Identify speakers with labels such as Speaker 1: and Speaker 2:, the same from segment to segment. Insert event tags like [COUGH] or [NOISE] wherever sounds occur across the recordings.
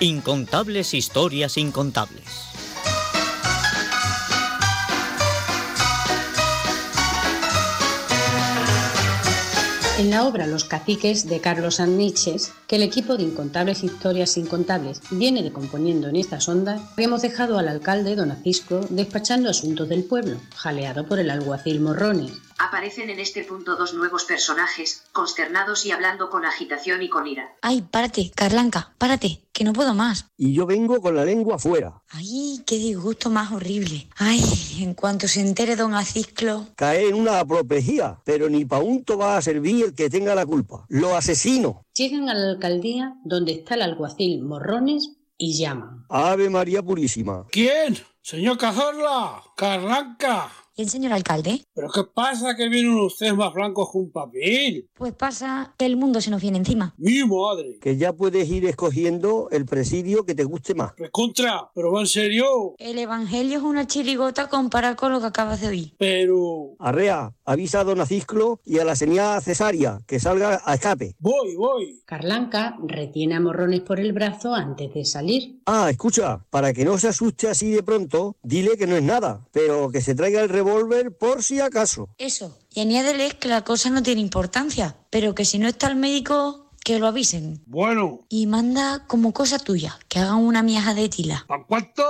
Speaker 1: Incontables historias incontables.
Speaker 2: En la obra Los caciques de Carlos Sanniches, que el equipo de Incontables Historias Incontables viene decomponiendo en estas ondas, hemos dejado al alcalde don Acisco despachando asuntos del pueblo, jaleado por el alguacil Morrones.
Speaker 3: Aparecen en este punto dos nuevos personajes, consternados y hablando con agitación y con ira.
Speaker 4: Ay, párate, Carlanca, párate, que no puedo más.
Speaker 5: Y yo vengo con la lengua afuera.
Speaker 4: Ay, qué disgusto más horrible. Ay, en cuanto se entere don Aciclo.
Speaker 5: Cae en una apropejía, pero ni pa' unto va a servir el que tenga la culpa. Lo asesino.
Speaker 2: Llegan a la alcaldía donde está el alguacil Morrones y llaman.
Speaker 5: Ave María Purísima.
Speaker 6: ¿Quién? Señor Cazorla, Carranca.
Speaker 4: ¿Y el señor alcalde?
Speaker 6: ¿Pero qué pasa que vienen ustedes más blancos que un papel?
Speaker 4: Pues pasa que el mundo se nos viene encima.
Speaker 6: ¡Mi madre!
Speaker 5: Que ya puedes ir escogiendo el presidio que te guste más.
Speaker 6: Pues contra, pero va en serio.
Speaker 4: El evangelio es una chirigota comparado con lo que acabas de oír.
Speaker 6: Pero...
Speaker 5: Arrea, avisa a don Acisclo y a la señora Cesaria que salga a escape.
Speaker 6: Voy, voy.
Speaker 2: Carlanca retiene a Morrones por el brazo antes de salir.
Speaker 5: Ah, escucha, para que no se asuste así de pronto, dile que no es nada, pero que se traiga el revólver por si acaso.
Speaker 4: Eso. Y añádele que la cosa no tiene importancia, pero que si no está el médico, que lo avisen.
Speaker 6: Bueno,
Speaker 4: Y manda como cosa tuya, que hagan una miaja de tila.
Speaker 6: ¿para cuánto?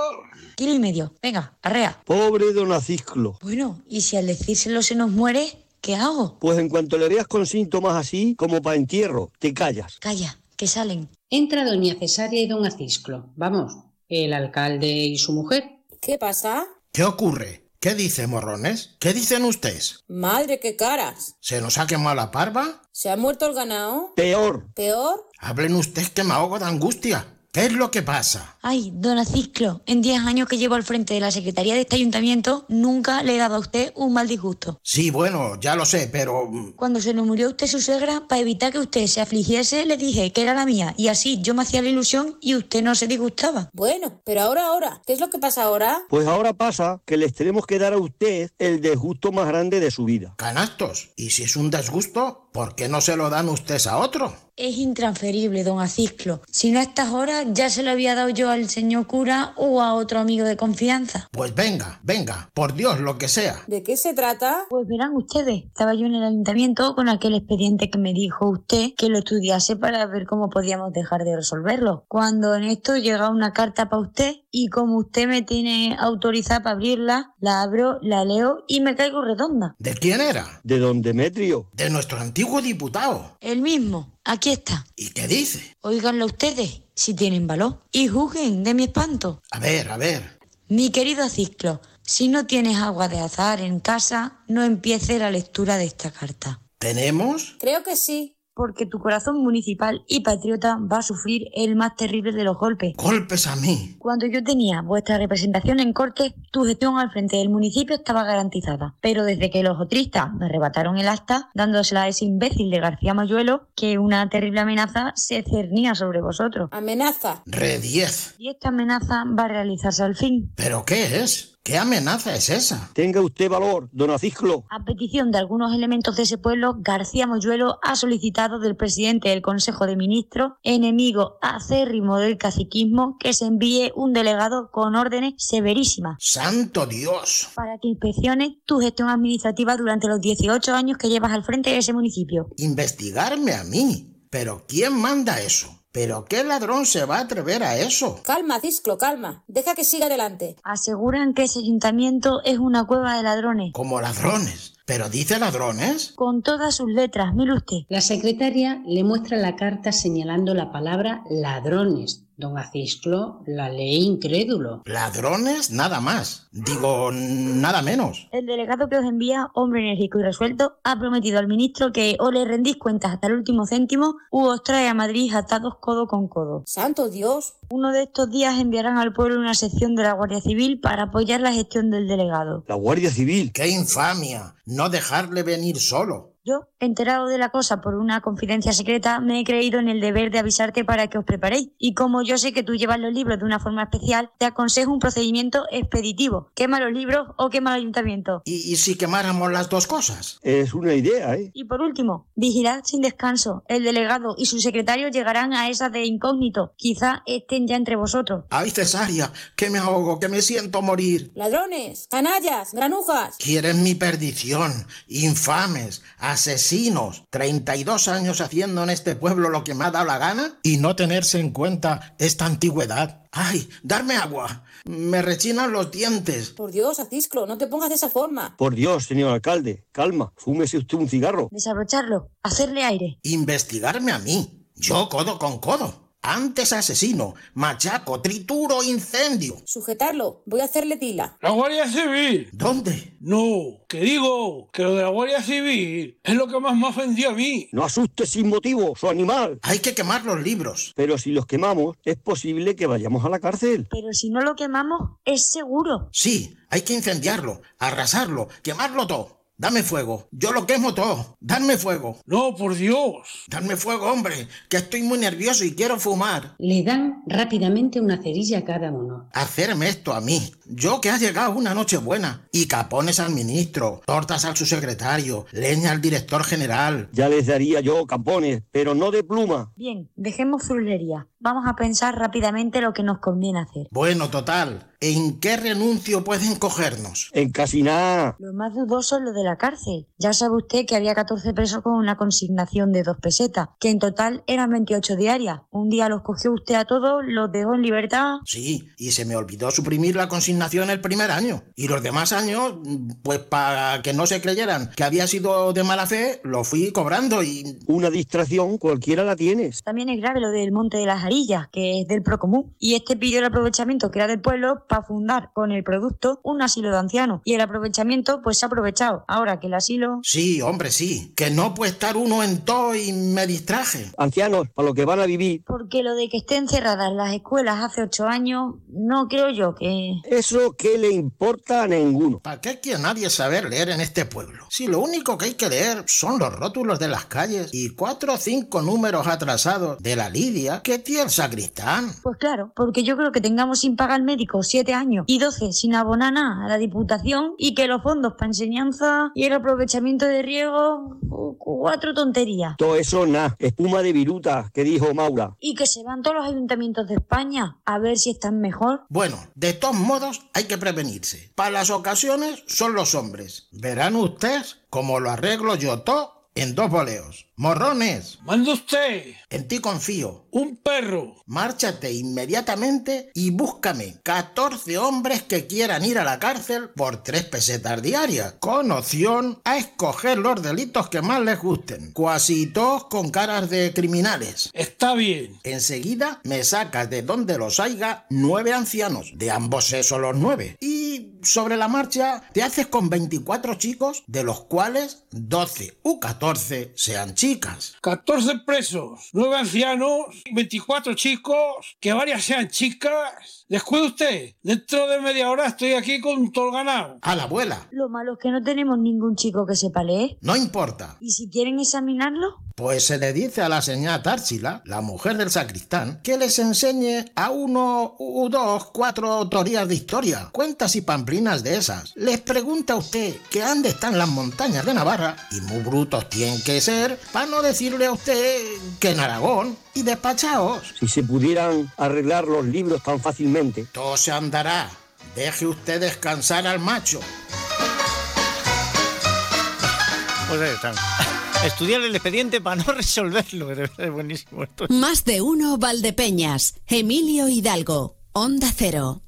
Speaker 4: Kilo y medio. Venga, arrea.
Speaker 5: Pobre don Acisclo.
Speaker 4: Bueno, y si al decírselo se nos muere, ¿qué hago?
Speaker 5: Pues en cuanto le veas con síntomas así, como para entierro, te callas.
Speaker 4: Calla, que salen.
Speaker 2: Entra doña Cesaria y don Acisclo. Vamos, el alcalde y su mujer.
Speaker 7: ¿Qué pasa?
Speaker 8: ¿Qué ocurre? ¿Qué dice, morrones? ¿Qué dicen ustedes?
Speaker 7: Madre, qué caras.
Speaker 8: ¿Se nos ha quemado la parva?
Speaker 7: ¿Se ha muerto el ganado?
Speaker 5: Peor.
Speaker 7: ¿Peor?
Speaker 8: Hablen ustedes que me ahogo de angustia. ¿Qué es lo que pasa?
Speaker 4: Ay, don Aciclo, en 10 años que llevo al frente de la Secretaría de este ayuntamiento, nunca le he dado a usted un mal disgusto.
Speaker 8: Sí, bueno, ya lo sé, pero... mm,
Speaker 4: Cuando se nos murió a usted su suegra, para evitar que usted se afligiese, le dije que era la mía, y así yo me hacía la ilusión y usted no se disgustaba.
Speaker 7: Bueno, pero ahora, ahora. ¿Qué es lo que pasa ahora?
Speaker 5: Pues ahora pasa que les tenemos que dar a usted el desgusto más grande de su vida.
Speaker 8: Canastos. Y si es un desgusto, ¿por qué no se lo dan ustedes a otro?
Speaker 4: Es intransferible, don Aciclo. Si no a estas horas, ya se lo había dado yo al señor cura o a otro amigo de confianza.
Speaker 8: Pues venga, venga, por Dios, lo que sea.
Speaker 7: ¿De qué se trata?
Speaker 4: Pues verán ustedes, estaba yo en el ayuntamiento con aquel expediente que me dijo usted que lo estudiase para ver cómo podíamos dejar de resolverlo. Cuando en esto llega una carta para usted y como usted me tiene autorizada para abrirla, la abro, la leo y me caigo redonda.
Speaker 8: ¿De quién era?
Speaker 5: De don Demetrio.
Speaker 8: De nuestro antiguo diputado.
Speaker 4: El mismo, aquí está.
Speaker 8: ¿Y qué dice?
Speaker 4: Óiganlo ustedes, si tienen valor, y juzguen de mi espanto.
Speaker 8: A ver, a ver.
Speaker 4: Mi querido Ciclo, si no tienes agua de azahar en casa, no empiece la lectura de esta carta.
Speaker 8: ¿Tenemos?
Speaker 7: Creo que sí.
Speaker 4: Porque tu corazón municipal y patriota va a sufrir el más terrible de los golpes.
Speaker 8: Golpes a mí.
Speaker 4: Cuando yo tenía vuestra representación en corte, tu gestión al frente del municipio estaba garantizada. Pero desde que los otristas me arrebataron el asta, dándosela a ese imbécil de García Mayuelo, que una terrible amenaza se cernía sobre vosotros.
Speaker 7: Amenaza.
Speaker 8: Re 10.
Speaker 4: Y esta amenaza va a realizarse al fin.
Speaker 8: ¿Pero qué es? ¿Qué amenaza es esa?
Speaker 5: Tenga usted valor, don Acisclo.
Speaker 4: A petición de algunos elementos de ese pueblo, García Moyuelo ha solicitado del presidente del Consejo de Ministros, enemigo acérrimo del caciquismo, que se envíe un delegado con órdenes severísimas
Speaker 8: ¡Santo Dios!
Speaker 4: para que inspeccione tu gestión administrativa durante los 18 años que llevas al frente de ese municipio.
Speaker 8: ¿Investigarme a mí? ¿Pero quién manda eso? ¿Pero qué ladrón se va a atrever a eso?
Speaker 7: Calma, Cisclo, calma. Deja que siga adelante.
Speaker 4: Aseguran que ese ayuntamiento es una cueva de ladrones,
Speaker 8: Como ladrones. ¿Pero dice ladrones?
Speaker 4: con todas sus letras, mire usted.
Speaker 2: La secretaria le muestra la carta señalando la palabra ladrones. Don Acisclo la lee incrédulo.
Speaker 8: Ladrones nada más. Digo, nada menos.
Speaker 4: El delegado que os envía, hombre enérgico y resuelto, ha prometido al ministro que o le rendís cuentas hasta el último céntimo u os trae a Madrid atados codo con codo.
Speaker 7: Santo Dios.
Speaker 4: Uno de estos días enviarán al pueblo una sección de la Guardia Civil para apoyar la gestión del delegado.
Speaker 5: La Guardia Civil.
Speaker 8: ¡Qué infamia! No dejarle venir solo.
Speaker 4: Yo, enterado de la cosa por una confidencia secreta, me he creído en el deber de avisarte para que os preparéis. Y como yo sé que tú llevas los libros de una forma especial, te aconsejo un procedimiento expeditivo. Quema los libros o quema el ayuntamiento.
Speaker 8: ¿Y, y si quemáramos las dos cosas?
Speaker 5: Es una idea, ¿eh?
Speaker 4: Y por último, vigilad sin descanso. El delegado y su secretario llegarán a esa de incógnito. Quizá estén ya entre vosotros.
Speaker 8: Ay, cesárea, que me ahogo, que me siento morir.
Speaker 7: Ladrones, canallas, granujas.
Speaker 8: Quieren mi perdición, infames, asesinos, 32 años haciendo en este pueblo lo que me ha dado la gana y no tenerse en cuenta esta antigüedad. Ay, darme agua, me rechinan los dientes.
Speaker 7: Por Dios, Acisclo, no te pongas de esa forma.
Speaker 5: Por Dios, señor alcalde, calma, fúmese usted un cigarro.
Speaker 4: Desabrocharlo, hacerle aire.
Speaker 8: Investigarme a mí, yo codo con codo. Antes asesino, machaco, trituro, incendio.
Speaker 7: Sujetarlo, voy a hacerle tila.
Speaker 6: La Guardia Civil.
Speaker 8: ¿Dónde?
Speaker 6: No, que digo que lo de la Guardia Civil es lo que más me ofendió a mí.
Speaker 5: No asuste sin motivo, su animal.
Speaker 8: Hay que quemar los libros.
Speaker 5: Pero si los quemamos, es posible que vayamos a la cárcel.
Speaker 4: Pero si no lo quemamos, es seguro.
Speaker 8: Sí, hay que incendiarlo, arrasarlo, quemarlo todo. Dame fuego, yo lo quemo todo. Dame fuego,
Speaker 6: No, por Dios.
Speaker 8: dame fuego, hombre, que estoy muy nervioso y quiero fumar.
Speaker 2: Le dan rápidamente una cerilla a cada uno.
Speaker 8: Hacerme esto a mí, yo que ha llegado una noche buena. Y capones al ministro, tortas al subsecretario, leña al director general.
Speaker 5: Ya les daría yo campones, pero no de pluma.
Speaker 4: Bien, dejemos frulería. Vamos a pensar rápidamente lo que nos conviene hacer.
Speaker 8: Bueno, total, ¿en qué renuncio pueden cogernos?
Speaker 5: En casi nada.
Speaker 4: Lo más dudoso es lo de la cárcel. Ya sabe usted que había 14 presos con una consignación de dos pesetas, que en total eran 28 diarias. Un día los cogió usted a todos, los dejó en libertad.
Speaker 8: Sí, y se me olvidó suprimir la consignación el primer año. Y los demás años, mm, pues para que no se creyeran que había sido de mala fe, lo fui cobrando y...
Speaker 5: Una distracción cualquiera la tienes.
Speaker 4: También es grave lo del Monte de las Arillas, que es del Procomún, y este pidió el aprovechamiento que era del pueblo para fundar con el producto un asilo de ancianos. Y el aprovechamiento pues se ha aprovechado. Ahora que el asilo...
Speaker 8: Sí, hombre, sí. Que no puede estar uno en todo y me distraje.
Speaker 5: Ancianos, para lo que van a vivir.
Speaker 4: Porque lo de que estén cerradas las escuelas hace ocho años, no creo yo que...
Speaker 5: Eso que le importa a ninguno.
Speaker 8: ¿Para qué quiere nadie saber leer en este pueblo? Si lo único que hay que leer son los rótulos de las calles y cuatro o cinco números atrasados de la Lidia que tiene el sacristán.
Speaker 4: Pues claro, porque yo creo que tengamos sin pagar al médico siete años y 12 sin abonar nada a la Diputación y que los fondos para enseñanza y el aprovechamiento de riego, u- cuatro tonterías.
Speaker 5: Todo eso nada. Espuma de viruta que dijo Maura.
Speaker 4: Y que se van todos los ayuntamientos de España a ver si están mejor.
Speaker 8: Bueno, de todos modos hay que prevenirse. Para las ocasiones son los hombres. Verán ustedes cómo lo arreglo yo todo en dos boleos. Morrones,
Speaker 6: Mande usted
Speaker 8: en ti confío.
Speaker 6: un perro.
Speaker 8: Márchate inmediatamente y búscame 14 hombres que quieran ir a la cárcel por 3 pesetas diarias, con opción a escoger los delitos que más les gusten. Cuasi todos con caras de criminales.
Speaker 6: Está bien.
Speaker 8: Enseguida me sacas de donde los haya nueve ancianos, de ambos sexos los nueve. Y sobre la marcha te haces con 24 chicos, de los cuales 12 u 14 sean chicas.
Speaker 6: 14 presos, 9 ancianos, 24 chicos, que varias sean chicas. Descuide usted, dentro de media hora estoy aquí con todo el ganado.
Speaker 8: A la abuela,
Speaker 4: Lo malo es que no tenemos ningún chico que sepa leer.
Speaker 8: no importa.
Speaker 4: ¿Y si quieren examinarlo?
Speaker 8: Pues se le dice a la señora Társila, la mujer del sacristán, que les enseñe a uno u dos, cuatro teorías de historia, cuentas y pamplinas de esas. Les pregunta a usted que dónde están las montañas de Navarra, y muy brutos tienen que ser, para no decirle a usted que en Aragón, y despachaos.
Speaker 5: Si se pudieran arreglar los libros tan fácilmente.
Speaker 8: Todo se andará. Deje usted descansar al macho.
Speaker 1: Pues ahí están. Estudiar el expediente para no [LAUGHS] resolverlo. De verdad es buenísimo esto.
Speaker 9: Más de uno Valdepeñas, Emilio Hidalgo, Onda Cero.